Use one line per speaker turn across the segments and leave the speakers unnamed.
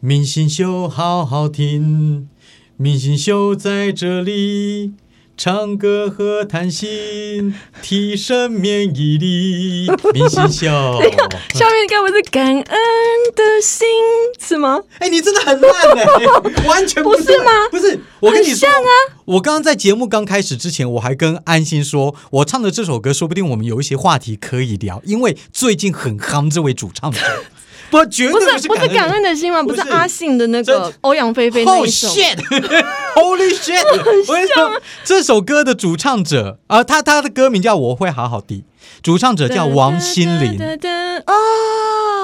明星秀好好听，明星秀在这里。唱歌和谈心，提升免疫力。明星 秀，
哎下面该不是感恩的心是吗？
哎、你真的很烂哎、 完全
不是吗
不是，我跟
很
你说
像啊，
我刚刚在节目刚开始之前，我还跟安心说，我唱的这首歌，说不定我们有一些话题可以聊，因为最近很夯这位主 唱者，不，绝
不
对
是啊不是感恩的心吗？
不
不
是
是阿信的那
这
个欧阳菲菲那
Oh
一首。
shit！Holy shit！我跟你说，这首歌的主唱者啊、他他的歌名叫《我会好好的》，主唱者叫王心凌，
哒哒哒哦，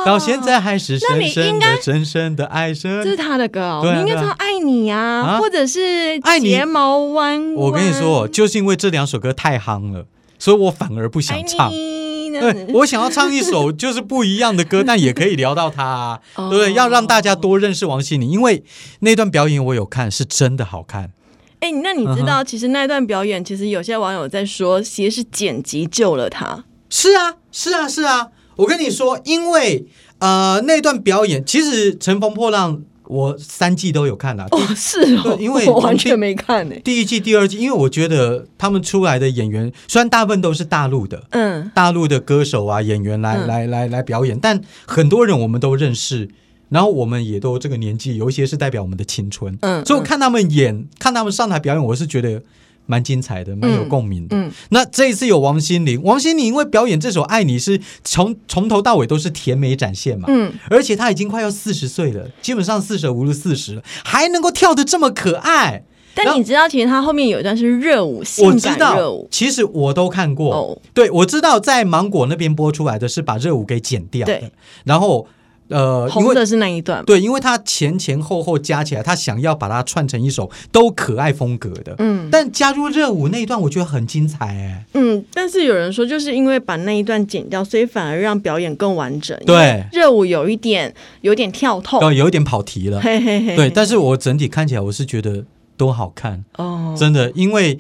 到现在还是深
那你
深的、
应该
深深的爱着
这是。他的歌哦，
对啊
你应该唱《爱你》
啊
呀，或者是
爱你
睫毛弯弯。
我跟你说，，就是因为这两首歌太夯了，所以我反而不想唱
爱。你。
对，我想要唱一首就是不一样的歌，但也可以聊到他、啊，对
哦
不对？要让大家多认识王心凌，因为那段表演我有看，是真的好看。
哎，那你知
嗯
道，其实那段表演，其实有些网友在说，其实是剪辑救了他。
是啊，是啊，是啊。我跟你说，因为呃那段表演，其实《乘风破浪》我三季都有看啊，
哦，是哦，
对因为
我完全没看呢。
第一季、第二季，因为我觉得他们出来的演员，虽然大部分都是大陆的，
嗯，
大陆的歌手啊、演员来、
嗯
来来来表演，但很多人我们都认识，然后我们也都这个年纪，有一些是代表我们的青春，
嗯
所以我看他们演、看他们上台表演，我是觉得蛮精彩的，蛮有共鸣的。
嗯嗯
那这一次有王心凌，王心凌因为表演这首《爱你》是从从头到尾都是甜美展现嘛，
嗯，
而且她已经快要四十岁了，基本上四舍五入四十了，还能够跳得这么可爱。然
但
后
你知道，其实他后面有一段是热舞，
我
性
知
感热
道
舞，。
其实我都看过。
哦
对，我知道在芒果那边播出来的是把热舞给剪掉的
对，
然后呃，因
红
为
的是那一段嘛，
对，因为他前前后后加起来，他想要把它串成一首都可爱风格的，
嗯，
但加入热舞那一段，我觉得很精彩哎。
嗯，但是有人说，就是因为把那一段剪掉，所以反而让表演更完整。，
对，
热舞有一点有点跳痛，
哦，有一点跑题了，
嘿嘿嘿。
对，但是我整体看起来，我是觉得都好看。
哦，
真的，因为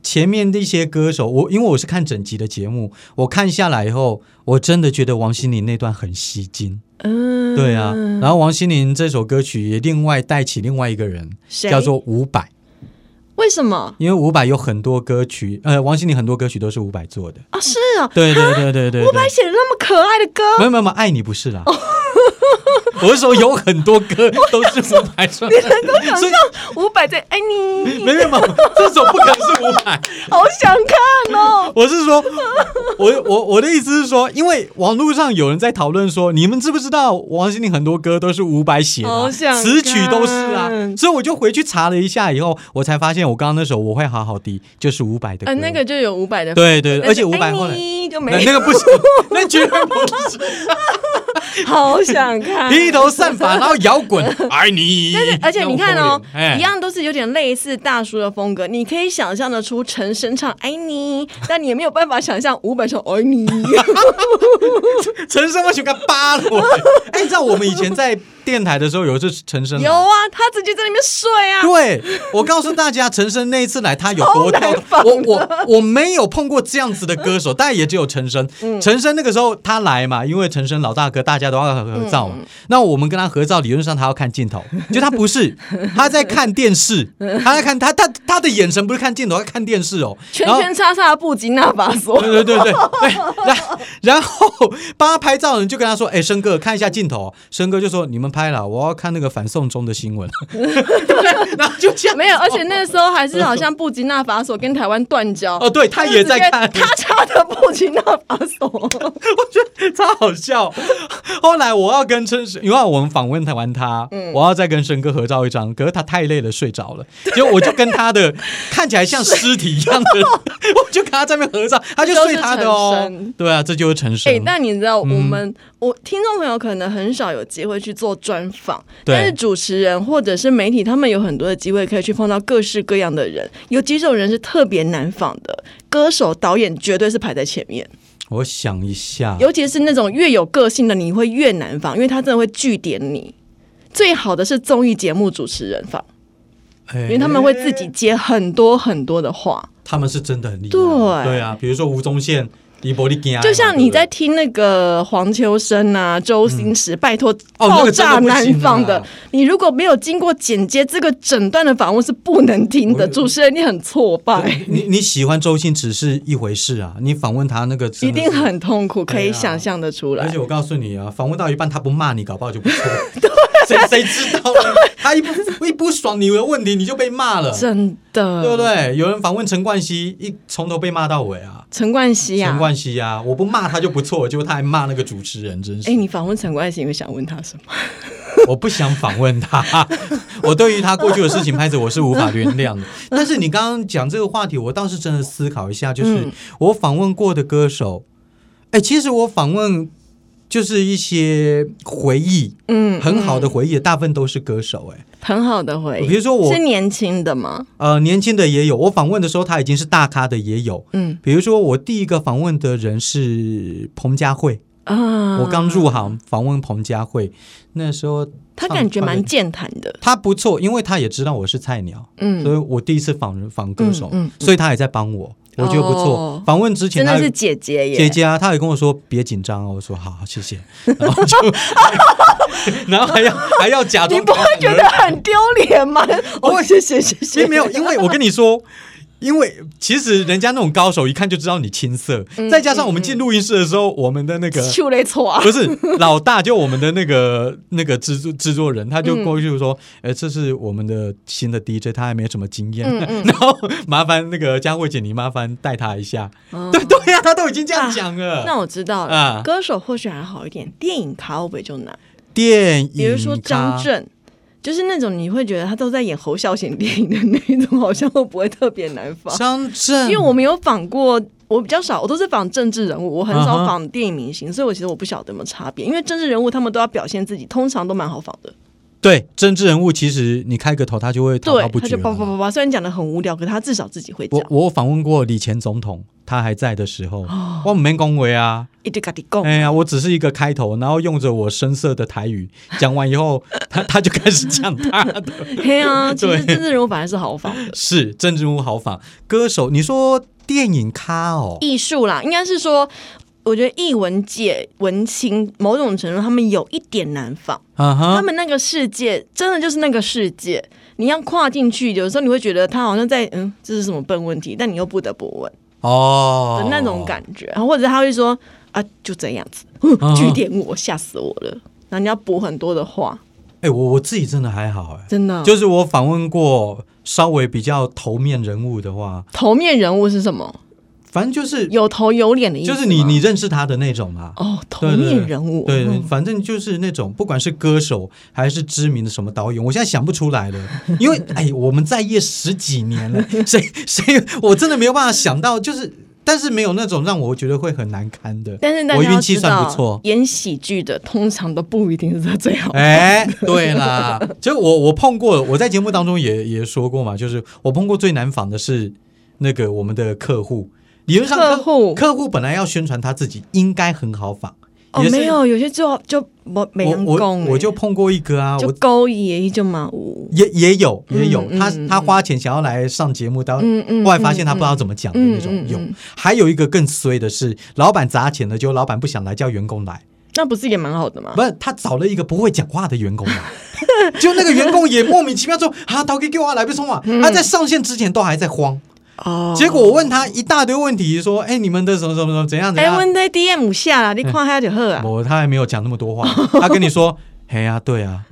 前面的一些歌手，我因为我是看整集的节目，我看下来以后，我真的觉得王心凌那段很吸睛，
嗯，
对啊。然后王心凌这首歌曲也另外带起另外一个人，
谁
叫做伍佰，
为什么
因为伍佰有很多歌曲，呃，王心凌很多歌曲都是伍佰做的，
啊？是啊，
对对对对对
伍佰
对。
写的那么可爱的歌，
没有没有没有，爱你不是啦。我是说有很多歌都是伍佰唱的，所以
伍佰在爱你，
没有没有，这首不可能是伍佰。
好想看哦。
我是说，我我我的意思是说，因为网络上有人在讨论说，你们知不知道王心凌很多歌都是伍佰写的啊、
好想看
词曲都是啊，所以我就回去查了一下以后，我才发现我刚刚那首《我会好好的》就是伍佰的歌。
呃，那个就有伍佰的，，
对对，而且伍佰后来。
就
那
没
那个不是， 那绝对不 是，
好想 看。
披头散发，然后摇 滚，爱你。
但是而且你看哦
那种口脸，
一，样都是有点类似大叔的风格，你可以想象得出陈升唱《爱你》，但你也没有办法想象伍佰说《爱你》
哎陈升我喜欢扒了我。哎，你知道我们以前在电台的时候，有一次陈升来
有啊，他直接在那边睡 啊。
对，我告诉大家，陈升那一次来，他有多跳
超难放。的
我我我没有碰过这样子的歌手，但也只有陈升。
嗯
陈升那个时候他来嘛，因为陈升老大哥，大家都要合合照嘛。
嗯
那我们跟他合照，理论上他要看镜头，就他不是，他在看电视，
嗯
他在看他他他的眼神不是看镜头，他看电视哦。
圈
然后
圈叉叉的布吉纳法索，
对对对对对，然然后帮他拍照的人就跟他说：“哎，生哥看一下镜头。”生哥就说：“你们拍了，我要看那个反送中的新闻。” 然后就这样
没有，而且那个时候还是好像布吉纳法索跟台湾断交。
哦，对他也在看，
他插的布吉纳法索，
超好笑。后来我要跟琛，因为我们访问完他，
嗯
我要再跟申哥合照一张，可是他太累了睡着了，结果我就跟他的 看起来像尸体一样的， 我就跟他在那边合照，他就睡他的
这
哦
就是陈升。
对啊，这嗯就是陈升。
哎、但你知道我们、我听众朋友可能很少有机会去做专访，
对
但是主持人或者是媒体，他们有很多的机会可以去碰到各式各样的人，有几种人是特别难访的，歌手、导演绝对是排在前面，
我想一下，
尤其是那种越有个性的，你会越难访，因为他真的会据点你。最好的是综艺节目主持人访，因
因
为他们会自己接很多很多的话。
哎他们是真的很厉害。
对
对啊，比如说吴宗宪李伯利惊啊，
就像你在
对
听那个黄秋生啊、周星驰，拜托
哦那
爆
个真的
炸
不
难
行
放
啊
的，你如果没有经过剪接，这个整段的访问是不能听的。主持人你很
不
挫
对
败，
你你喜欢周星驰是一回事啊，你访问他那个
一
真的是
定很痛苦，可
对
以
啊
想象的出来
而且。我告诉你啊，访问到一半他不骂你，搞不好就 不错。谁谁知道呢？他一不一不爽你的问题，你就被骂了，
真的，
对不？对？有人访问陈冠希，一从头被骂到尾啊。
陈冠希
陈
呀，
冠希啊，我不骂他就不错，结果他还骂那个主持人，真是。
哎，你访问陈冠希，你会想问他什么？
我不想访问他， 我对于他过去的事情拍子我是无法原谅的。但是你刚刚讲这个话题，我倒是真的思考一下，就是
嗯
我访问过的歌手，哎、其实我访问就是一些回忆，
嗯，
很好的回忆，大部分都是歌手、哎，
很好的回
比
忆。
如说我
是年轻的吗？
呃年轻的也有，我访问的时候他已经是大咖的也有。
嗯
比如说，我第一个访问的人是彭佳慧，
啊，
我刚入行访问彭佳慧，那时候
他
唱
感觉
唱
蛮
得
健谈的，
他不错，因为他也知道我是菜鸟，所
嗯，
以我第一次访访歌手，
嗯嗯
所以他也在帮我，我觉得不错。
哦
访问之前
真
他
的是姐姐耶，
姐姐啊，她也跟我说别紧张哦，我说好，谢谢， 然后就然后还要还要假装
你不会觉得很丢脸 吗？哦，谢谢谢谢，
并没有，因为我跟你说。因为其实人家那种高手一看就知道你青涩，
嗯
再加上我们进录音室的时候，我们的那个
秀嘞错 啊，
不是老大，就我们的那个那个制作制作人，他就过去说：“
嗯
呃、这是我们的新的 DJ，他还没什么经验，
嗯
然后麻烦那个佳慧姐，你麻烦带他一下。对 对呀、他都已经这样讲了。
哦那我知道
啊
了，歌手或许还好一点，电影咖会不会就难？
电影咖，
比如说张震。就是那种你会觉得他都在演侯孝贤电影的那种，好像都不会特别难仿。
张震，
因为我没有仿过，我比较少，我都是仿政治人物，我很
啊哈
少仿电影明星，所以我其实我不晓得有没有差别。因为政治人物他们都要表现自己，通常都蛮好仿的。
对政治人物，其实你开个头，他就会滔滔
对
不，
他
绝
就
了
叭叭叭叭，虽然讲的很无聊，可他至少自己会讲
我。我访问过李前总统，他还在的时候，
哦
我没恭维啊。
一直嘎滴 贡，
哎呀，我只是一个开头，然后用着我深色的台语讲完以后，他 他就开始讲他的，
对啊，其
对
实政治人物反而是好仿的。
是政治人物好仿歌手。你说电影咖哦，
艺术啦，应该是说，我觉得艺文界文青某种程度他们有一点难仿，
啊哈
他，们那个世界真的就是那个世界，你要跨进去，有时候你会觉得他好像在嗯，这是什么笨问题，但你又不得不问
哦
的那种感觉，或者他会说啊就这样子，
啊
嗯据点我吓死我了，然后你要补很多的话，
哎、我我自己真的还好哎、
真的。
就是我访问过稍微比较头面人物的话，
头面人物是什么？
反正就是
有头有脸的意思
就
吗。
是你你认识他的那种啦、
哦，头
对对
面人物，
对，
嗯
反正就是那种不管是歌手还是知名的什么导演，我现在想不出来了， 因为哎，我们在业十几年 了，谁谁我真的没有办法想到，就是但是没有那种让我觉得会很难堪的，
但是大
我
家要
运气
知
算
道，
不错。
演喜剧的通常都不一定是最好。
哎，对 啦，就我我碰过，我在节目当中也也说过嘛，就是我碰过最难访的是那个我们的客户，理论上
客户
客户本来要宣传他自己应该很好访，也
哦，
是
没有，有些就就没没
我
人
我
供、欸
我就碰过一个啊，
就
我
勾引就嘛无。
也也有也有，
嗯
他
嗯
他花钱想要来上节目，但
嗯嗯
后来发现他不知道怎么讲的那种
嗯嗯嗯
有。还有一个更衰的是，老板砸钱了，就老板不想来，叫员工来，
那不是也蛮好的吗？
不是他找了一个不会讲话的员 工来，就那个员工也莫名其妙说啊，陶给给我来不冲啊，他在上线之前都还在慌，
嗯
啊
哦，
结果我问他一大堆问题，说哎你们的什么什么什么怎样怎
哎，
样，
问在 DM 下
哎
啦，你看下就好啊。
我他还没有讲那么多 话，他跟你说，嘿呀、对啊，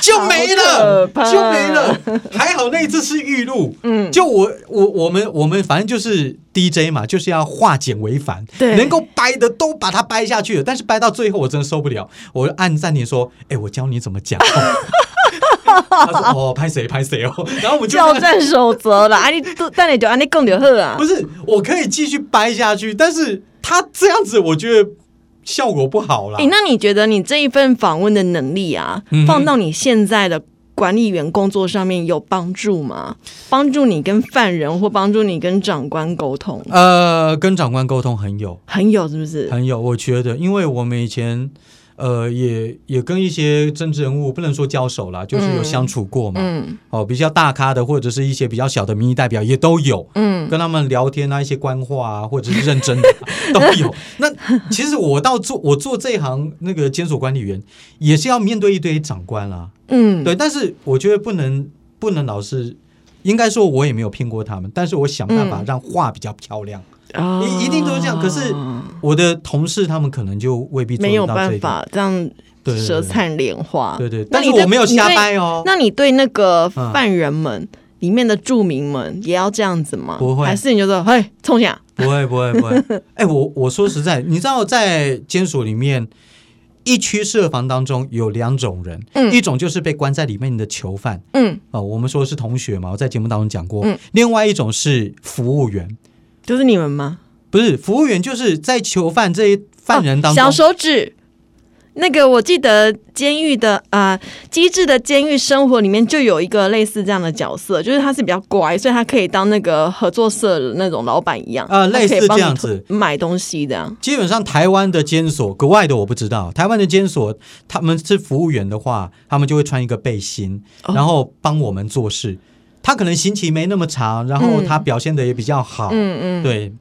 就没
好
了，
可怕
就没了。还好那一次是预录，嗯，就我我我们我们反正就是 DJ 嘛，就是要化简为繁，
对
能够掰的都把它掰下去了，但是掰到最后我真的受不了，我就按暂停说，哎、我教你怎么 讲。他说：“哦，拍谁拍谁哦。” 然后我们就
校正守则 啦，啊，你都但你就安尼讲就好啊
不。是，我可以继续掰下去，但是他这样子，我觉得效果不好啦。
哎、那你觉得你这一份访问的能力啊，
嗯哼
放到你现在的管理员工作上面有帮助吗？帮助你跟犯人或帮助你跟长官沟通，
呃，跟长官沟通很有
很有是不是？
很有，我觉得，因为我们以前呃，也也跟一些政治人物不能说交手啦，就是有相处过嘛。
嗯
哦，比较大咖的或者是一些比较小的民意代表也都有，
嗯，
跟他们聊天啊，一些官话啊，或者是认真的啊、都 有。那其实我到做我做这一行那个监所管理员，也是要面对一堆长官啦、
嗯，
对，但是我觉得不能不能老是，应该说我也没有骗过他们，但是我想办
嗯
法让话比较漂亮。
啊
一一定都是这样可是我的同事他们可能就未必做
没
得
有
到这
办
一点。
法这样
对对对
舌灿莲花。
对对，
那
但
你
是
对
我没有瞎。
你对
掰哦。
那你对那个
嗯
犯人们、里面的住民们也要这样子吗？
不会
还是你就说，嘿，冲下，
不会不会不会。 哎、我我说实在，你知道在监所里面，一区设防当中有两种人，
嗯
一种就是被关在里面的囚犯
嗯，
啊、呃我们说是同学嘛，我在节目当中讲过。
嗯
另外一种是服务员，
就是你们吗？
不是服务员，就是在囚犯这一犯人当
哦
中，
小手指。那个我记得监狱的啊、呃机智的监狱生活里面就有一个类似这样的角色，就是他是比较乖，所以他可以当那个合作社的那种老板一样
啊
他可以
类似
帮你
这样子
推买东西这样。
基本上台湾的监所，国外的我不知道。台湾的监所，他们是服务员的话，他们就会穿一个背心，
哦
然后帮我们做事。他可能刑期没那么长，然后
嗯
他表现的也比较好，
嗯嗯，
对。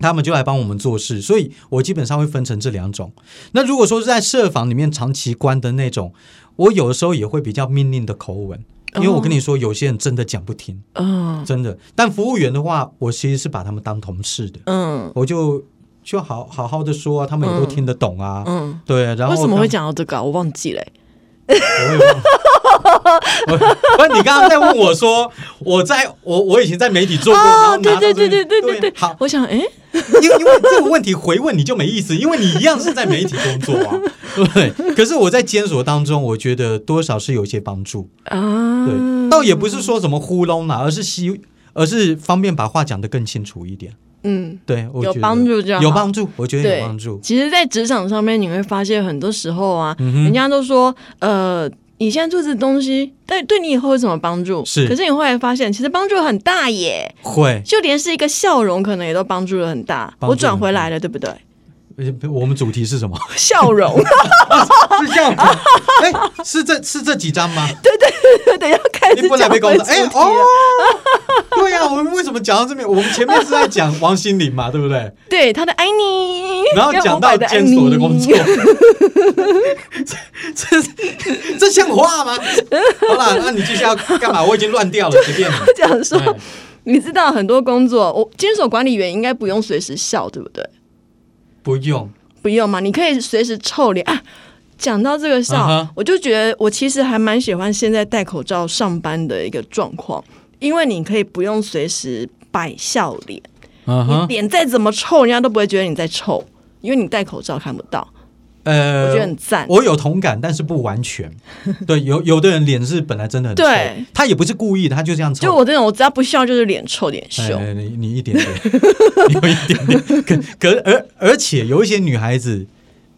他们就来帮我们做事，所以我基本上会分成这两种。那如果说是在设防里面长期关的那种，我有的时候也会比较命令的口吻，因
哦
为我跟你说，有些人真的讲不听，
嗯
真的。但服务员的话，我其实是把他们当同事的。
嗯
我就就好好好的说啊，他们也都听得懂啊。
嗯，
对，然后
为什么会？讲到这个啊、我忘记了欸、
我也忘了 我不是你刚刚在问我说，我在我我以前在媒体做过，然后
对
拿到
哦对对
这
对
个
对对对，
好，
我想，哎，
因为因为这个问题回问你就没意思，因为你一样是在媒体工作 啊。对，可是我在监所当中，我觉得多少是有一些帮助。
啊，
对，倒也不是说什么糊弄啦，而是希而是方便把话讲得更清楚一点。
嗯，
对，我
有
觉得
帮助就好
有帮助，我觉得
对
有帮助，。
其实，在职场上面，你会发现很多时候啊，
嗯哼
人家都说，呃。你现在做这东西，但对你以后有什么帮助？
是
可是你后来发现，其实帮助很大耶，
会。
就连是一个笑容，可能也都帮助了很大。
帮助
我转回来了，对不对？
呃 我们主题是什么？
笑容，
是这样 子，哎、是这是这几张吗？
等一下开
你
始
本来
讲
被
回
公
主
道，哎、
题
哦
了。，
对呀、我们为什么讲到这边？我们前面是在讲王心凌嘛，对不对？
对，他的爱你，
然后讲到监所的工作
要我摆爱你，
这这这像话吗？好啦，那你继续要干嘛？我已经乱掉了，随 便你。
讲说
哎
你知道很多工作，我监守管理员应该不用随时笑，对不对？
不用，
不用嘛，你可以随时臭脸啊。讲到这个笑
嗯哼
我就觉得我其实还蛮喜欢现在戴口罩上班的一个状况，因为你可以不用随时摆笑脸，
嗯
你，脸再怎么臭，人家都不会觉得你在臭，因为你戴口罩看不到，
呃，
我觉得很赞。
我有同感，但是不完全。对，有有的人脸是本来真的很臭
对，
他也不是故意的，他就这样臭。
就我这种，我只要不笑就是脸臭脸
哎，
凶，
你你一点 点，你有一点点。可可而而且有一些女孩子，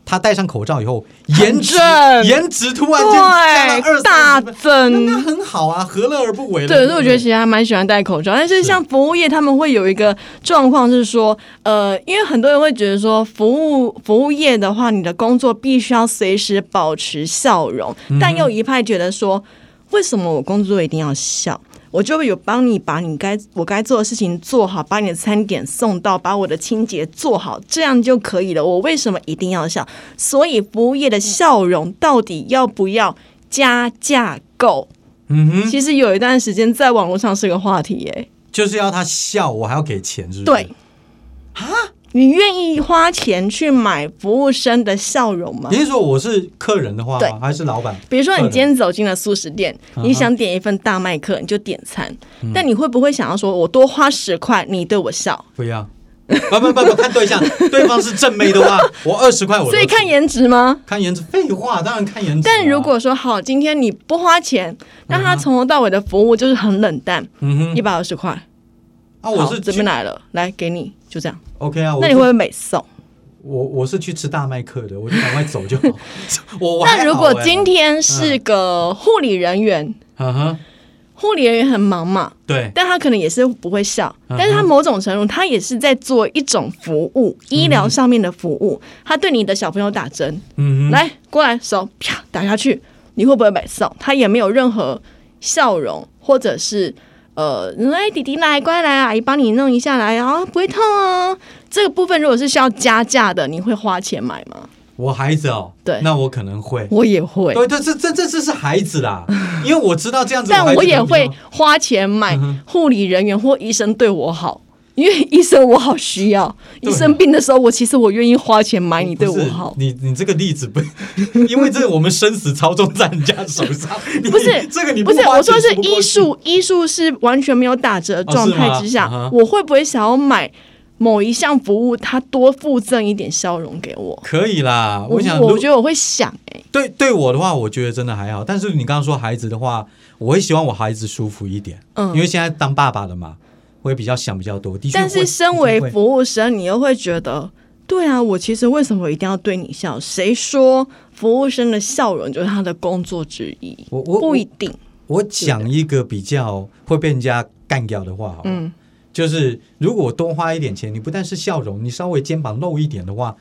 她戴上口罩以后，颜值
正
颜值突然间降到二
对，
三
大
十分，
增。
那很好啊，何乐而不为呢？
对，所以我觉得
不
其实还蛮喜欢戴口罩。但是像服务业，他们会有一个状况是说，呃，因为很多人会觉得说，服务服务业的话，你的工作必须要随时保持笑容，但又有一派觉得说，为什么我工作一定要笑？我就会有帮你把你该我该做的事情做好，把你的餐点送到，把我的清洁做好，这样就可以了。我为什么一定要笑？所以服务业的笑容到底要不要加价购？
嗯哼，
其实有一段时间在网络上是个话题耶、
就是要她笑，我还要给钱，是不是？
对，
啊
你愿意花钱去买服务生的笑容吗
你？是说我是客人的话
对
吗？还是老板？
比如说，你
客人
今天走进了素食店，
嗯哼嗯
你想点一份大麦克，你就点餐。但你会不会想要说，我多花十块，你对我笑？
不要。 不不不不，看对象，对方是正妹的话，我二十块我都
所以看
吃
颜值吗？
看颜值，废话，当然看颜值啊、
但如果说好，今天你不花钱，那他从头到尾的服务就是很冷淡，
嗯哼
一百二十块，
啊，我
好
是
这
去
边来了，来给你，就这样。
OK 啊，我
那你
是
会不会美送？
我我是去吃大麦克的，我就赶快走就好。 我我还
那如
好
果
欸
今天是个护理人员，
嗯哼，
护理人员很忙嘛，
对，
但他可能也是不会笑，
嗯嗯哼
但是他某种程度他也是在做一种服务，
嗯
医疗上面的服务。他对你的小朋友打针，
嗯哼，
来过来手啪打下去，你会不会买送？他也没有任何笑容，或者是呃，来弟弟来，乖来，阿姨帮你弄一下来，然后不会痛哦。这个部分如果是需要加价的，你会花钱买吗？
我孩子哦，
对
那我可能会，
我也会，
对，这这这这这是孩子 啦，因为我知道这样子，
但
孩子
我也
可能比
会
较
花钱买
嗯
护理人员或医生对我好，因为医生我好需要。
对
医生病的时候，我其实我愿意花钱买你对
不
我
是
好。
你你这个例子不， 因为这我们生死操纵在人家手上，你
不是
这个你
不是
花
我
钱
说是
说不过
医
去，
术，医术是完全没有打折的
哦
状
是
态
吗
之下，
嗯哼
我会不会想要买某一项服务，他多附赠一点笑容给我？
可以啦。
我
我想，
我
如
觉得我会想、哎，
对对我的话，我觉得真的还好。但是你刚刚说孩子的话，我会希望我孩子舒服一点，
嗯
因为现在当爸爸的嘛，我也比较想比较多。的确会，
但是身为
的确会
服务生，你又会觉得，对啊，我其实为什么一定要对你笑？谁说服务生的笑容就是他的工作之一？
我我
不
我
一定。
我讲一个比较会被人家干掉的话好了，
嗯
就是如果我多花一点钱，你不但是笑容，你稍微肩膀露一点的话，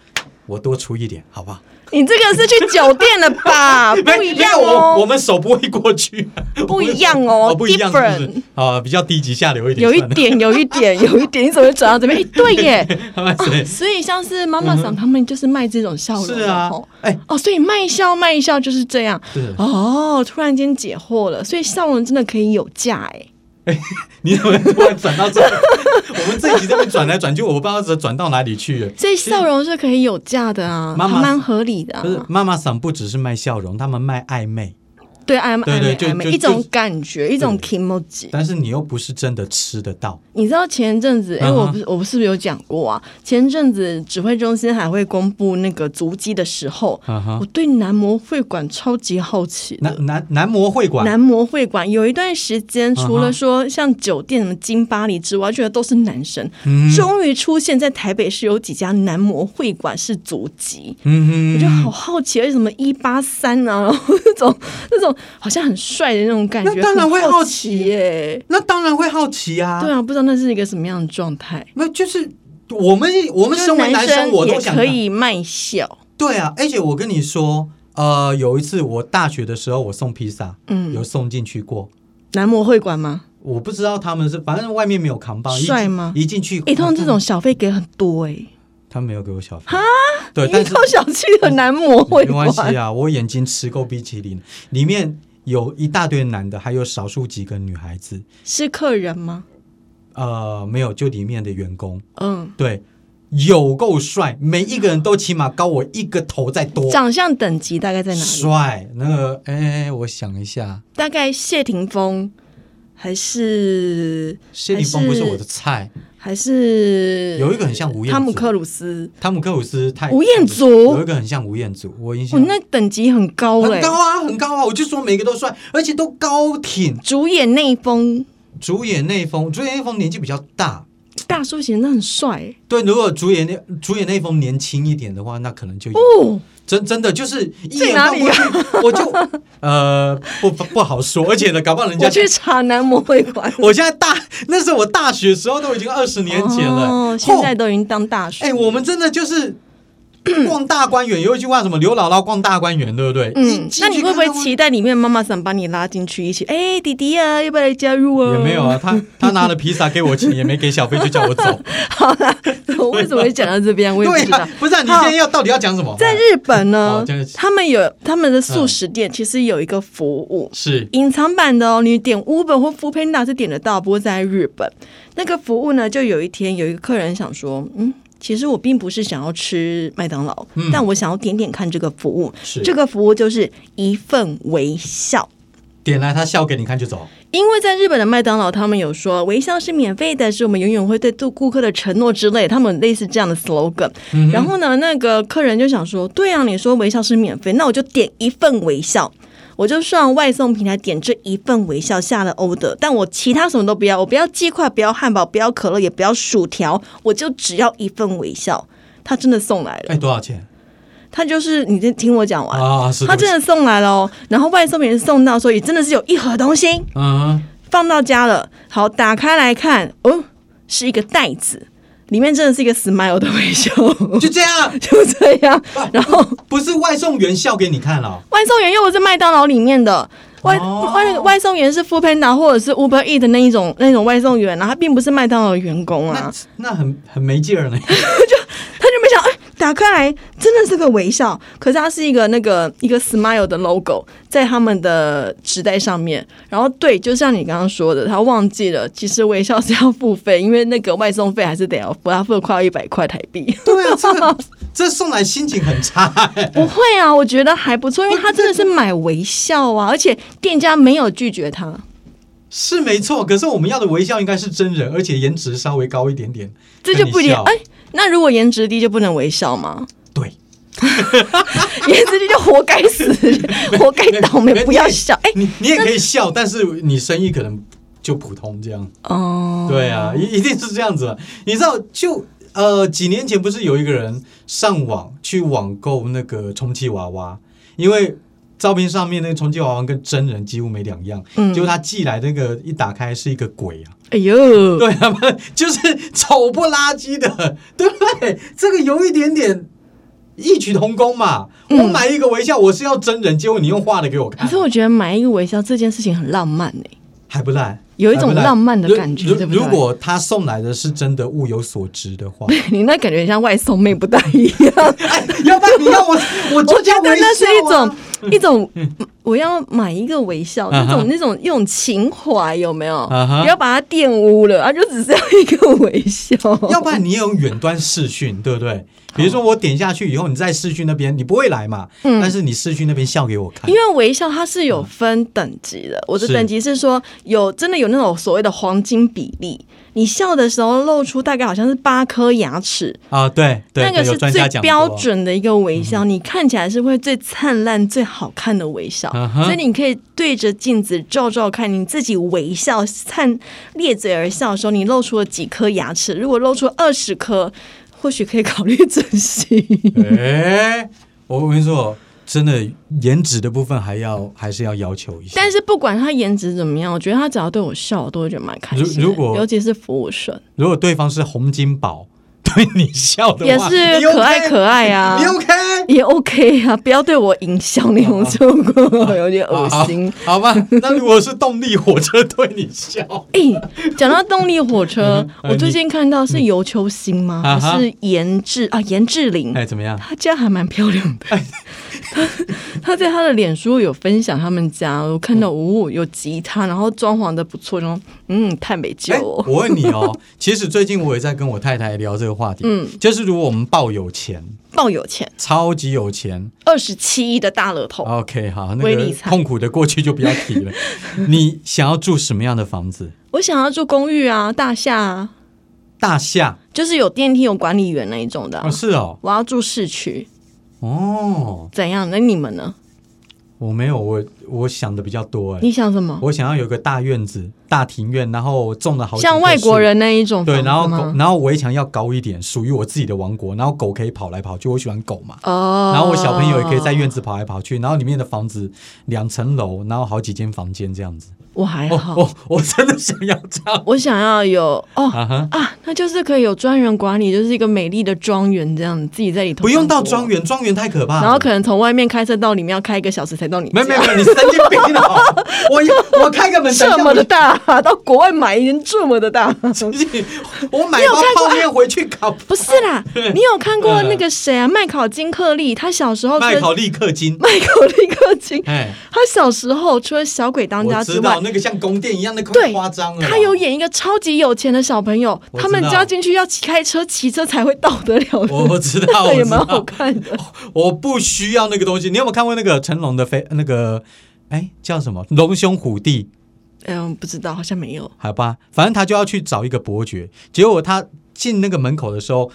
我多出一点，好不好？
你这个是去酒店了 吧？不一样
没有我我
哦，
们手不会过去，啊
不一样哦
不一样是不是
different
啊，比较低级下流一点，
有一
算了，
点，有一点，有一点，你怎么会转到这边？哎，对 耶。
他妈谁
哦，所以像是妈妈桑他们就是卖这种笑容的
嗯是啊
哦，
哎，
哦，所以卖笑卖笑就是这样
是
哦，突然间解惑了，所以笑容真的可以有价哎，
你怎么突然转到这？ 我们这一集这边转来转去，我不知道这转到哪里去了。
所以笑容是可以有价的啊，
妈
还
妈
蛮合理的啊
不，是妈妈桑不只是卖笑容，他们卖暧昧，
对暧昧
对
暧
对
昧
就
暧昧
就
一种
就
感觉，一种
对
emoji。
但是你又不是真的吃得到。
你知道前一阵子，哎、
嗯哼
我不是我不是不是有讲过啊？前一阵子指挥中心还会公布那个足迹的时候，
嗯哼
我对男模会馆超级好奇的。
男男男模会馆，
男模会馆有一段时间，除
嗯哼
了说像酒店什么金巴黎之外，觉得都是男生。
嗯
终于出现在台北市有几家男模会馆是足迹，
嗯
我就
哼，
好好奇，为什么一八三啊，然后那种那种好像很帅的那种感觉，
那当然会
很
好
好
奇
耶、
那当然会好奇啊。
对啊，不知道那是一个什么样的状态。
没有，就是我们我们身为男生，我都
也
想
可
看
以卖笑，
对啊，而且我跟你说，呃，有一次我大学的时候，我送披萨，
嗯
有送进去过。
男模会馆吗？
我不知道他们是，反正外面没有扛棒，一进
帅吗
一进去，
哎、通常这种小费给很多哎、
他们没有给我小费啊。对，
你
但是
超小气的男模会
没关系
馆，
啊，我眼睛吃够冰淇淋，里面有一大堆男的，还有少数几个女孩子。
是客人吗？
呃，没有，就里面的员工，
嗯，
对，有够帅，每一个人都起码高我一个头再多。
长相等级大概在哪里？
帅，那个，哎、我想一下，
大概谢霆锋还是
谢霆锋不是我的菜，
还是
有一个很像吴彦祖
汤姆克鲁斯？
汤姆克鲁斯太
吴彦祖
有一个很像吴彦祖，我印象、
哦，那等级很欸高
很
嘞、
高啊，很高啊，我就说每个都帅，而且都高挺。
主演内丰
主演内丰，主演内丰年纪比较大，
大叔显得很帅欸、
对，如果主演内主演内丰年轻一点的话，那可能就有、
哦，
真真的就是一
在
眼
哪
望
里啊
过去，我就呃不不不好说，而且呢，搞不好人家
我去查男模会馆。
我现在大那时候我大学时候都已经二十年前了，
哦，
嚯
现在都已经当大叔。
哎、我们真的就是 逛大观园，有一句话什么“刘姥姥逛大观园”，对不对？一
嗯，
进
那你
去
会不会
看到
期待里面妈妈想把你拉进去一起？哎，弟弟啊，要不要来加入啊？
也没有。啊，他他拿了披萨给我钱，也没给小费，就叫我走。
好 啦，我为什么会讲到这边？ 我也不
对
知道
啊。，不是、啊、你今
好
天要到底要讲什么？
在日本
哦
呢
这样子，嗯
他们有他们的素食店，其实有一个服务。
是
隐藏版的哦，你点 Uber 或 f o o Panda 是点得到，不过在日本那个服务呢，就有一天有一个客人想说，嗯，其实我并不是想要吃麦当劳，
嗯
但我想要点点看这个服务。
是，
这个服务就是一份微笑，
点来他笑给你看就走。
因为在日本的麦当劳，他们有说微笑是免费的，是我们永远会对顾顾客的承诺之类，他们有类似这样的 slogan。
嗯
然后呢，那个客人就想说，对啊，你说微笑是免费，那我就点一份微笑。我就上外送平台点这一份微笑，下了 order，但我其他什么都不要，我不要鸡块，不要汉堡，不要可乐，也不要薯条，我就只要一份微笑。他真的送来了，
哎，多少钱
他就是你先听我讲完，
啊？是，
他真
的，
的送来了哦。然后外送平台送到，所以真的是有一盒东西，
嗯哼，
放到家了，好打开来看，哦，是一个袋子，里面真的是一个 smile 的微笑，
就这样，
就这样。然后
不是外送员笑给你看了、
外送员又不是麦当劳里面的。外
哦
外外送员是 f o o Panda 或者是 Uber E 的那一种那种外送员啊，他并不是麦当劳的员工啊
那，那很很没劲儿呢。
他就没想，哎、打开来真的是个微笑，可是它是一个那个一个 smile 的 logo 在他们的纸袋上面。然后对，就像你刚刚说的，他忘记了，其实微笑是要付费，因为那个外送费还是得要付，他付了快要一百块台币。
对啊，这个 这送来心情很差、哎
不会啊，我觉得还不错，因为他真的是买微笑啊，而且店家没有拒绝他。
是没错。可是我们要的微笑应该是真人，而且颜值稍微高一点点，
这就不一
跟你
定。
笑
哎、那如果颜值低就不能微笑吗？
对，
颜值低就活该死，活该倒霉，不要笑。哎、
你你也可以笑，但是你生意可能就普通这样。
哦，
对啊，一一定是这样子。你知道，就呃几年前不是有一个人上网去网购那个充气娃娃，因为照片上面那个充气娃娃跟真人几乎没两样，
嗯
结果他寄来那个一打开是一个鬼啊，
哎呦，
对啊，就是丑不拉几的， 对不对？这个有一点点。异曲同工嘛，
嗯
我买一个微笑，我是要真人，结果你用画的给我
可
看
是，我觉得买一个微笑这件事情很浪漫欸呢、
还不赖，
有一种
还不赖
浪漫的感觉
如
对不对
如果他送来的是真的物有所值的话，
你那感觉像外送妹不大一 样。
哎，要不然你要 我，我
我
就
觉
叫
得
微笑、啊、嗯
那是 一种。一种，我要买一个微笑，那
啊哈
种那种一种情怀有没有？
啊哈
不要把它玷污了，啊，就只是要一个微笑。
要不然你也有远端视讯，对不对？比如说我点下去以后，你在视讯那边你不会来嘛，但是你视讯那边笑给我看
嗯因，为微笑它是有分等级的，我的
嗯是
等级是说有真的有那种所谓的黄金比例，你笑的时候露出大概好像是八颗牙齿，
啊，对对，
那个
对
是
有专
最
家讲过
标，准的一个微笑，你看起来是会最灿烂、最好看的微笑。
嗯哼
所以你可以对着镜子照照看，你自己微笑、灿咧嘴而笑的时候，你露出了几颗牙齿？如果露出二十颗，或许可以考虑整形。
哎、我跟你说，真的颜值的部分还要还是要要求一下。
但是不管他颜值怎么样，我觉得他只要对我笑，我都会觉得蛮开心的。
如如果
尤其是服务生，
如果对方是洪金宝对你笑的
也
话，
是
你 OK？
可爱可爱啊，
你 OK？
也 OK 啊，不要对我淫笑那种，就有点恶心。
好好吧，那如果是动力火车对你笑，
哎、 讲到动力火车，
嗯
我最近看到是尤秋兴吗？
啊哈
还是严志啊？严志玲，
哎，怎哎么样？
她家还蛮漂亮的。 她她在她的脸书有分享他们家，我看到哦，有吉他，然后装潢的不错，然后嗯，太没救
哎，
哦。
我问你哦， 其实最近我也在跟我太太聊这个话题，
嗯
就是如果我们抱有钱，
爆有钱，
超级有钱
二十七亿的大乐透，
，OK，好，那
哦威
个
力彩
痛苦的过去就不要提 了。你想要住什么样的房子？
我想要住公寓啊，大厦啊，
大厦
就是有电梯、有管理员那一种的啊、
哦，是哦，
我要住市区，
哦，
怎样？那你们呢？
我没有，我我想的比较多哎，
你想什么？
我想要有个大院子、大庭院，然后种了好几棵
像外国
树。
人那一种
对，
房子
然后
吗
狗，然后围墙要高一点，属于我自己的王国。然后狗可以跑来跑去，我喜欢狗嘛。
哦，
然后我小朋友也可以在院子跑来跑去，然后里面的房子两层楼，然后好几间房间这样子。
我还
我
好，
我我真的想要这样
我想要有哦
哦啊哈！
啊，那就是可以有专人管理，就是一个美丽的庄园这样，自己在里头
不用到
生活
庄，园，庄园太可怕了。
然后可能从外面开车到里面要开一个小时才到你
没
家，
没没，你神经病了哦！ 我我开个门，
这么的
等
大，到国外买一间这么 的大。
一下我我买包泡面回去烤
不是 啦，你有看过那个谁啊？麦考金克利，他小时候
麦
跟
考利克金。
麦考利克金，
哎，
他小时候除了小鬼当家
我
之
知
外
道，那个像宫殿一样，那
对
快夸张啊了。
他有，演一个超级有钱的小朋友，
我知道
他们家进去要骑开车、骑车才会到得了的，
我我知 道，我
也
知
蛮好
道，
看 的。
我不需要那个东西。你有没有看过那个成龙的飞那个？哎，叫什么？龙兄虎弟。
嗯，不知道，好像没有。
好吧，反正他就要去找一个伯爵。结果他进那个门口的时候，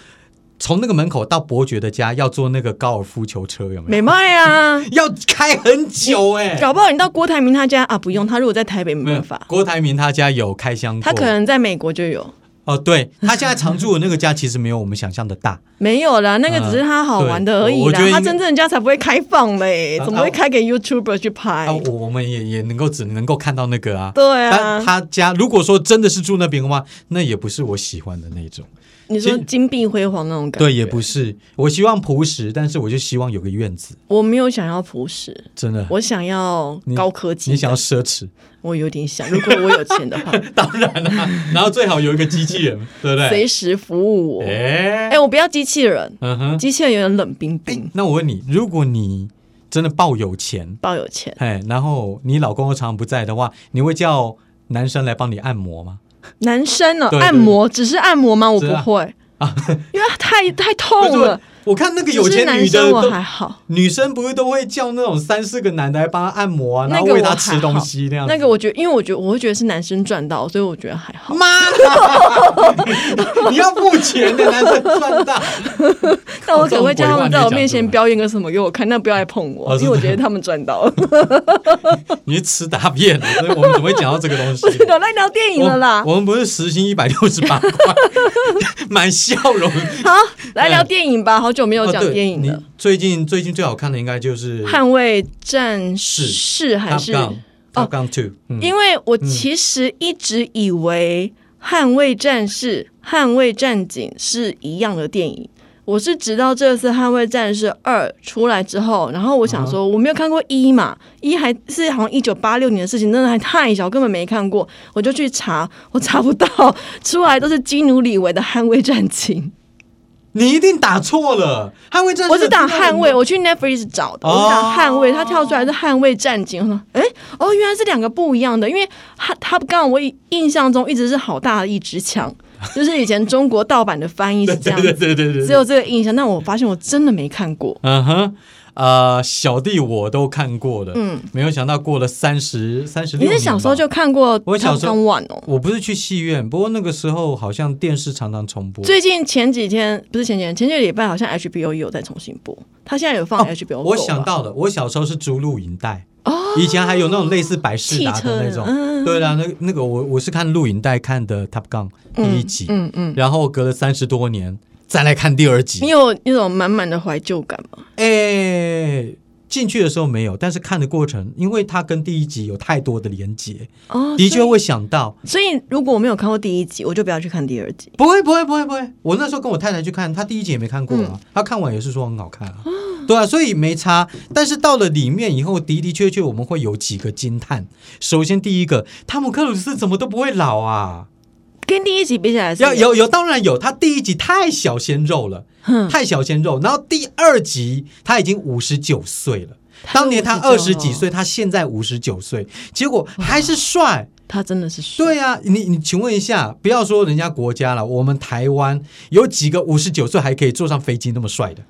从那个门口到伯爵的家要坐那个高尔夫球车，有没有？
美卖啊，
要开很久哎、
搞不好你到郭台铭他家啊，不用，他如果在台北没
没有
办法，
郭台铭他家有开箱过，
他可能在美国就有。
哦，对他现在常住的那个家其实没有我们想象的 大，
没有啦，那个只是他好玩的而已
嗯对我我
啦
觉得。应该
他真正人家才不会开放嘞，
啊
怎么会开给 YouTuber 去拍
啊，？我我们也也能够只能够看到那个啊。
对
但
啊，
他家如果说真的是住那边的话，那也不是我喜欢的那种，
你
其
说
实
金碧辉煌那种感觉，
对，也不是。我希望朴实，但是我就希望有个院子，
我没有想要朴实，
真的。
我想要高科技
你
的。
想要奢侈，
我有点想，如果我有钱的话，
当然啦、然后最好有一个机器 人，对不对？
随时服务我。哎、
哎、
我不要机器人，
嗯哼。
机器人有点冷冰冰。
那我问你，如果你真的抱有钱，
抱有钱，
哎，然后你老公又常常不在的话，你会叫男生来帮你按摩吗？
男生呢、
对对
按摩只是按摩吗？我
是
不
啊
会因为太太痛
不是
了。
我看那个
哦只
有
是
钱
男
女的
生我
都
还好，
女生不是都会叫那种三四个男的来帮她按摩啊，然
那
后
个
喂
我
她
还
吃东西那样
好
子。
那个我觉得，因为我觉得我会觉得是男生赚到，所以我觉得还 好。
妈 的，你要付钱的男生赚大。
但我可能会叫他们在
这种鬼话你也讲
我面
出来
前表演个什么给我看，但不要来碰我
哦，
因为我觉得他们赚到 了。
你是吃大便的，所以我们怎么会讲到这个东西
不？是有在聊电影了啦
我，我们不是时薪一百六十八块，满笑容。
好，来聊电影吧，好久 没有
哎哦
讲
对
电影了
你。最近最近最好看的应该就是《
捍卫战士还
Top
是？
Gun》《Top Gun Two》。嗯，
因为我其实一直以为《捍卫战士》《捍卫战警》是一样的电影。我是直到这次《捍卫战士二》出来之后，然后我想说，我没有看过一嘛，一还是好像一九八六年的事情，真的还太小，根本没看过。我就去查，我查不到，出来都是基努里维的《捍卫战警
你一定打错了，《捍卫战》士》
我是打
听
《
到
捍卫》，我去 Netflix 找的，
哦
我是打《捍卫》，它跳出来是《捍卫战警》。我说，哎，哦，原来是两个不一样的，因为它它刚我印象中一直是好大的一支枪，就是以前中国盗版的翻啊译是这
对
样
对
子，
对对对
只
对。
有这个印象。但我发现我真的没看过，
嗯哼，呃，小弟我都看过的，嗯，没有想到过了三十三十六。
你是小时候就看过《
我小时候
One》哦？
我不是去戏院，不过那个时候好像电视常常重播。
最近前几天不是前几天，前几个礼拜好像 HBO 也有在重新播，它现在有放 HBO、
哦我想。到了，我小时候是租录影带，以前还有那种类似百事达的那种
哦汽车的，嗯
对啦，那那个我我是看录影带看的《Top Gun》第一集，
嗯嗯，
然后隔了三十多年再来看第二
你
集，
有那种满满的怀旧感吗？
哎。进去的时候没有，但是看的过程，因为它跟第一集有太多的连接，
哦，
的确会想到。
所以如果我没有看过第一集，我就不要去看第二集。
不会，不会，不会，不会。我那时候跟我太太去看，她第一集也没看过啊，她看完也是说很好看啊，对啊，所以没差。但是到了里面以后，的的确确我们会有几个惊叹。首先第一个，汤姆克鲁斯怎么都不会老啊？
跟第一集比起来是
有有有，当然有，他第一集太小鲜肉了，太小鲜肉。然后第二集他已经五十九岁了，当年他二十几岁，他现在五十九岁，结果还是帅。
他真的是帅
对啊，你你请问一下，不要说人家国家了，我们台湾有几个五十九岁还可以坐上飞机那么帅的，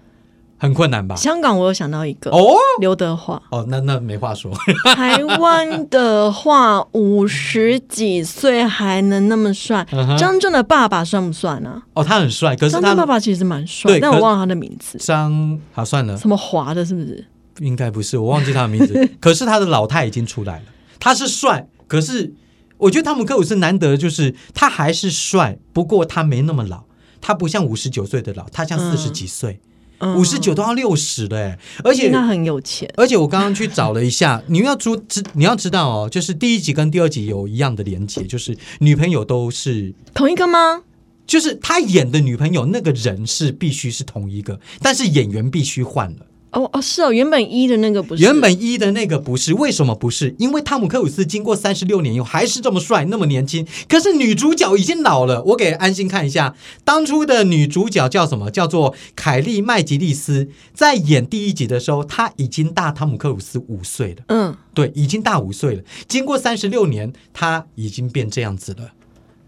很困难吧？
香港我有想到一个
哦，
刘德华
哦，那那没话说，
台湾的话五十几岁还能那么帅
嗯哼，
张震的爸爸算不算啊？
哦，他很帅，可是
张震爸
他
爸其实蛮
对
帅，但
可是
我
嗯
忘了他的名字，
张好算了，
什么华的，是不是？
应该不是，我忘记他的名字。可是他的老态已经出来了，他是帅，可是我觉得汤姆克鲁斯难得的就是他还是帅，不过他没那么老，他不像五十九岁的老，他像四十几岁，
嗯
五十九都要六十了、欸，而且
因为他很有钱，
而且我刚刚去找了一下， 你要知知你要知道哦，就是第一集跟第二集有一样的连结，就是女朋友都是，
同一个吗？
就是他演的女朋友那个人是必须是同一个，但是演员必须换了。
哦哦，是哦，原本一的那个不是，
原本一的那个不是，为什么不是？因为汤姆克鲁斯经过三十六年以后还是这么帅，那么年轻。可是女主角已经老了，我给安心看一下，当初的女主角叫什么？叫做凯莉麦吉利斯，在演第一集的时候，她已经大汤姆克鲁斯五岁了。
嗯，
对，已经大五岁了。经过三十六年，他已经变这样子了。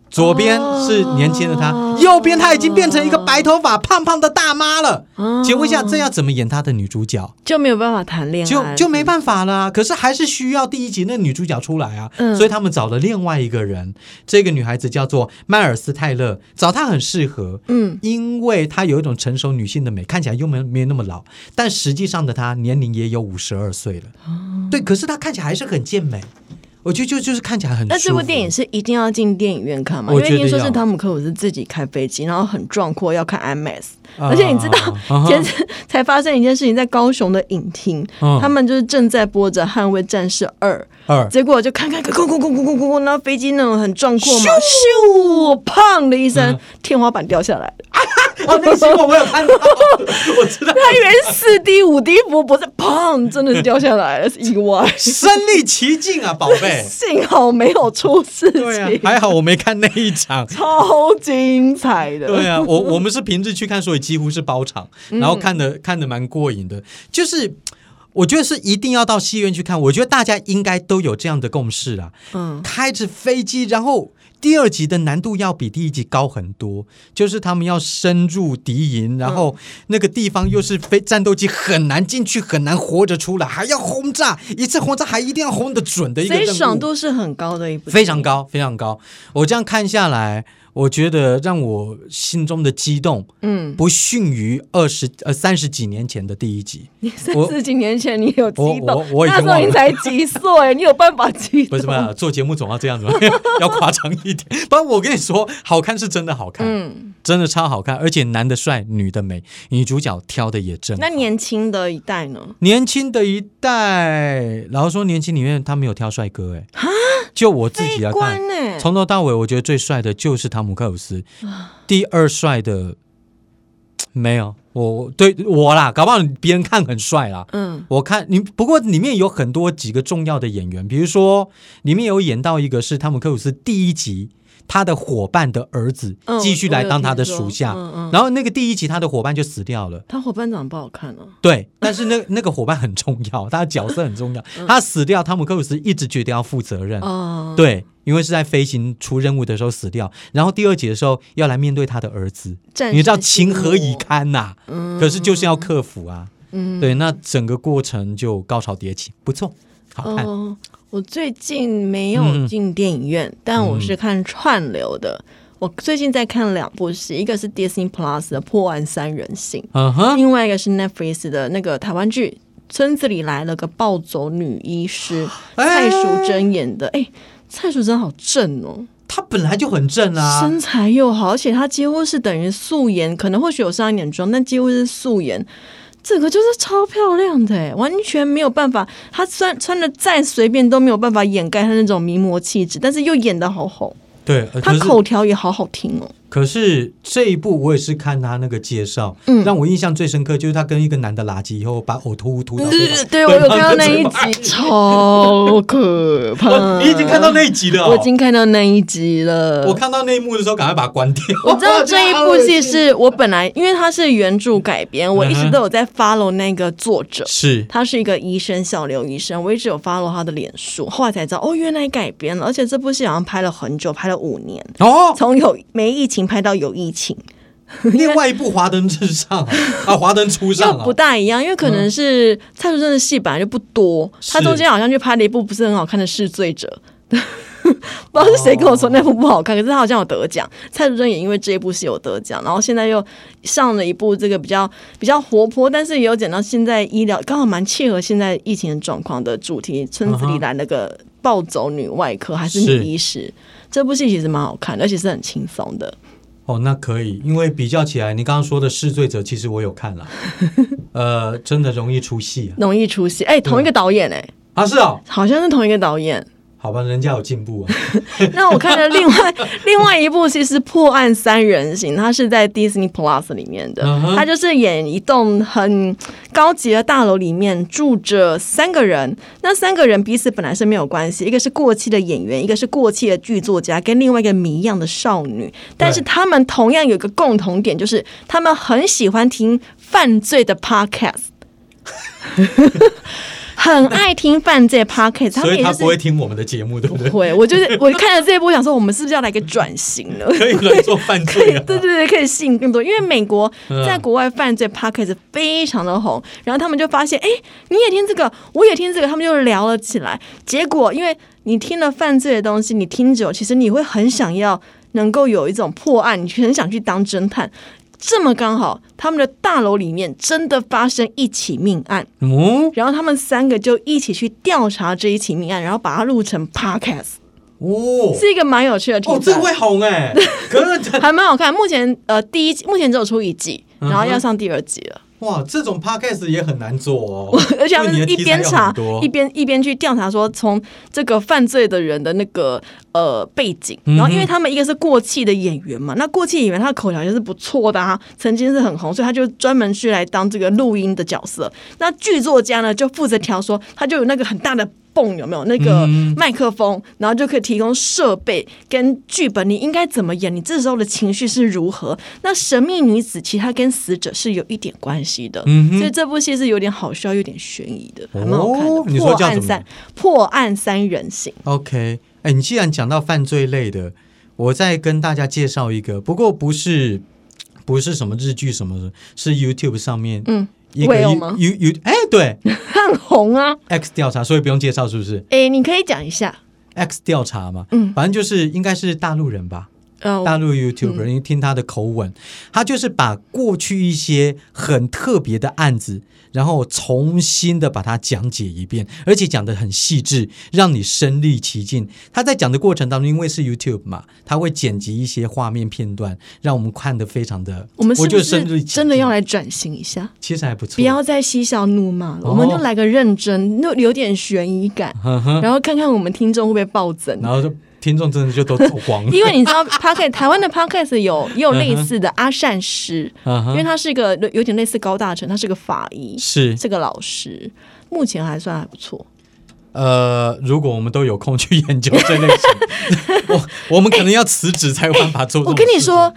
左边是年轻的他，
哦
右边他已经变成一个白头发、胖胖的大妈了。
哦
请问一下，这要怎么演他的女主角？
就没有办法谈恋
就
爱，
就没办法啦。可是还是需要第一集那女主角出来啊，
嗯
所以他们找了另外一个人，这个女孩子叫做迈尔斯泰勒，找她很适合，
嗯，
因为她有一种成熟女性的美，看起来又没没那么老，但
哦
实际上的她年龄也有五十二岁了，对，可是她看起来还是很健美。我觉得就就是看起来很舒服。
那这部电影是一定要进电影院看吗？
我
因
觉
为
得
听说是
要
汤姆克鲁斯自己开飞机，然后很壮阔，要看 IMAX，、
啊，
而且你知道
啊啊，
前阵才发生一件事情，在高雄的影厅，
嗯
他们就是正在播着《捍卫战士二》，
二
结果就看看，空空空空空空空，然后飞机那种很壮阔嘛，咻，砰的一
嗯
声，天花板掉下来，
哦，那个新闻我有看到，我知道，
他以为是四 D 五 D 不不是，砰，真的是掉下来了，是 意外，
身临其境啊，宝 贝。
幸好没有出事
对啊
情，，
还好我没看那一场。
超精彩的，嗯
对啊，我我们是平日去看，所以几乎是包 场，然后看的、看的蛮过瘾的。就是我觉得是一定要到戏院去看，我觉得大家应该都有这样的共识啦。
嗯，
开着飞机，然后第二集的难度要比第一集高很多，就是他们要深入敌营，然
嗯
后那个地方又是飞战斗机很难进去，很难活着出来，还要轰炸，一次轰炸还一定要轰得准的一个
所
任
以
务，
爽度是很高的一部，
非常。高，非常高。我这样看下来，我觉得让我心中的激动
嗯，
不逊于二十呃三十几年前的第一集，
你三
我
十几年前你有激
我
动
我，我已
那
经
时候
忘
你
了
才几岁，你有办法激
不
动？
是嘛？做节目总要这 样子嘛，要夸张一点。不然我跟你说，好看是真的好看，
嗯，
真的超好看，而且男的帅，女的美，女主角挑的也真好。
那年轻的一代呢？
年轻的一代，然后说年轻里面他没有挑帅哥、哎，就我自己来看，
呢、
从头到尾我觉得最帅的就是汤姆克鲁斯，
啊
第二帅的没有我对我啦，搞不好别人看很帅啦。
嗯
我看你，不过里面有很多几个重要的演员，比如说里面有演到一个是汤姆克鲁斯第一集他的伙伴的儿子
嗯，
继续来当他的属下，
我有听说嗯嗯
然后那个第一集他的伙伴就死掉了。
他伙伴长得不好看哦、
对，但是那那个伙伴很重要，他的角色很重要。
嗯
他死掉，汤姆克鲁斯一直觉得要负责任。
哦、
对，因为是在飞行出任务的时候死掉，然后第二集的时候要来面对他的儿子，
战
你知道
胜心
情何以
魔？
堪呐、
嗯
可是就是要克服啊。
嗯，
对，那整个过程就高潮迭起，不错，好看。
哦，我最近没有
嗯
进电影院，但我是看串流的。我最近在看两部戏，一个是 Disney Plus 的《破案三人行》，
嗯 哼，
另外一个是 Netflix 的那个台湾剧《村子里来了个暴走女医师》，
哎
蔡淑珍演的。哎、蔡淑珍好正哦，
他本来就很正啊。
身材又好，而且她几乎是等于素颜，可能或许有上一点妆，但几乎是素颜。这个就是超漂亮的哎，完全没有办法，她穿穿的再随便都没有办法掩盖她那种名模气质，但是又演的好好，
对，呃可
她
是
口条也好好听哦。
可是这一部我也是看他那个介绍，
嗯
让我印象最深刻就是他跟一个男的垃圾以后把呕吐物吐到对方
对，我有看到那
嘴
一
巴
集，超可怕。
哦你已经看到那一集了哦、
我已经看到那一集了。
我哦看到那一幕的时候，赶快把它关掉。
我知道这一部戏是我本来因为它是原著改编，我一
嗯
直都有在 follow 那个作者。
是
他是一个医生，小刘医生，我一直有 follow 他的脸书，后来才知道哦，原来改编了，而且这部戏好像拍了很久，拍了五年，
哦，
从有没疫情拍到有疫情，
另外一部《华灯至上》 啊，《华灯初
又
上》啊嗯
不，大一样，因为可能是蔡淑珍的戏本来就不多，他
是
中间好像去拍了一部不是很好看的《试罪者》。 不知道是谁跟我说那部不好看，可是他好像有得奖。蔡淑珍也因为这一部戏有得奖，然后现在又上了一部这个比较比较活泼，但是也有讲到现在医疗刚好蛮契合现在疫情的状况的主题。村子里来那个暴走女外科还是
是
女医师，这部戏其实蛮好看的，而且是很轻松的。
哦，那可以，因为比较起来，你刚刚说的《试罪者》，其实我有看 了，呃，真的容易出戏啊。
容易出戏，哎、同一个导演哎、
啊，是哦，
好像是同一个导演。
好吧，人家有进步啊。
那我看了 另外另外一部戏是《破案三人行》，它是在 Disney Plus 里面的
嗯哼，
它就是演一栋很高级的大楼里面住着三个人，那三个人彼此本来是没有关系，一个是过气的演员，一个是过气的剧作家，跟另外一个谜一样的少女，但是他们同样有一个共同点，就是他们很喜欢听犯罪的 podcast。很爱听犯罪 podcast，他
所
们也
以
就
他
是
不会听我们的节目，对不 对？
会，我就是我看了这一部，想说我们是不是要来个 转型呢？
可以来做犯罪啊。
对对对， 可以吸引更多，因为美国
嗯
在国外犯罪 p o c k e t 非常的红，然后他们就发现，哎，你也听这个，我也听这个，他们就聊了起来。结果，因为你听了犯罪的东西，你听久，其实你会很想要能够有一种破案，你很想去当侦探。这么刚好，他们的大楼里面真的发生一起命案，
哦，
然后他们三个就一起去调查这一起命案，然后把它录成 podcast，
哦，
是一个蛮有趣的题材。
哦，这个会红 哎，可是
还蛮好看。目前呃，第一季目前只有出一季，
嗯
然后要上第二季了。
哇，这种 podcast 也很难做哦，
而且他
因为
们
你的
一
题材
边
有
查
很多
一边一边去调查，说从这个犯罪的人的那个呃背景，
嗯哼
然后因为他们一个是过气的演员嘛，那过气演员他的口条也是不错的啊，曾经是很红，所以他就专门去来当这个录音的角色。那剧作家呢就负责调说，他就有那个很大的。泵有没有那个
嗯
麦克风，然后就可以提供设备跟剧本，你应该怎么演，你这时候的情绪是如何？那神秘女子其实她跟死者是有一点关系的，
嗯哼
所以这部戏是有点好笑，有点悬疑的，还蛮好看的。
哦你说
破
叫什
案
么
三破案三人行，
OK，哎、你既然讲到犯罪类的，我再跟大家介绍一个，不过不是不是什么日剧什么的，是 YouTube 上面
嗯，
一个
Whale
You
吗
You You 哎、对
很红啊。
X 调查，所以不用介绍是不是
哎，你可以讲一下，
？X 调查嘛，
嗯
反正就是应该是大陆人吧，
呃，
大陆 YouTuber，因为听他的口吻，他就是把过去一些很特别的案子，然后重新的把它讲解一遍，而且讲得很细致，让你身临其境。他在讲的过程当中，因为是 YouTube 嘛，他会剪辑一些画面片段，让我们看得非常的，
我们是
我
不
就身
是
临其
真的要
境，
来转型一下？
其实还不错，
不要再嬉笑怒骂了，
哦
我们就来个认真，就有点悬疑 感，然后看看我们听众会不会暴增。
嗯然后就听众真的就都走光了，
因为你知道，podcast 台湾的 podcast 有也有类似的阿善师，
嗯
因为
哼，
他是一个有点类似高大成，他是个法医，
是
是个老师，目前还算还不错。
呃，如果我们都有空去研究这类型， 我我们可能要辞职才有办法做这
哎
种
我跟你
事情
说，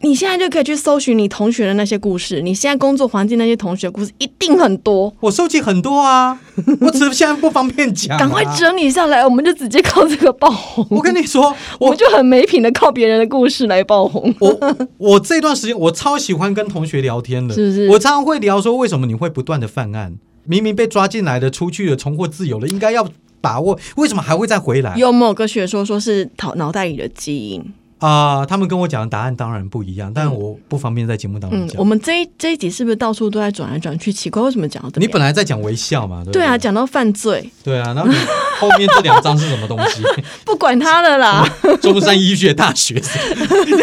你现在就可以去搜寻你同学的那些故事，你现在工作环境那些同学的故事一定很多。
我收集很多 啊，我只是现在不方便讲、啊
赶快！整理下来，我们就直接靠这个爆红。
我跟你说，
我
我
就很没品的靠别人的故事来爆红。
我我这段时间我超喜欢跟同学聊天的，
是不是
我常常会聊说，为什么你会不断的犯案？明明被抓进来的、出去的、重获自由了，应该要把握，为什么还会再回来？
有某个学说说是脑脑袋里的基因。
啊、他们跟我讲的答案当然不一样，但我不方便在节目当中
嗯，
讲。
我们这一这一集是不是到处都在转来转去？奇怪，为什么讲到这
你
边？
本来在讲微笑嘛，对不对？
对啊，讲到犯罪，
对啊，然后你后面这两张是什么东 西？
不管他了啦。
中山医学大学，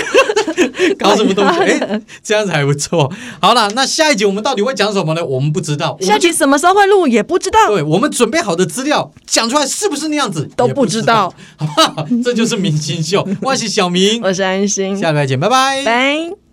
搞什么东西？哎、这样子还不错。好了，那下一集我们到底会讲什么呢？我们不知道。我
下
们
集什么时候会录也不知道。
对我们准备好的资料讲出来是不是那样子
都
也
不
不
知
道， 好不好？这就是明星秀。我是小明，
我是安心，
下礼拜见，拜拜。
拜。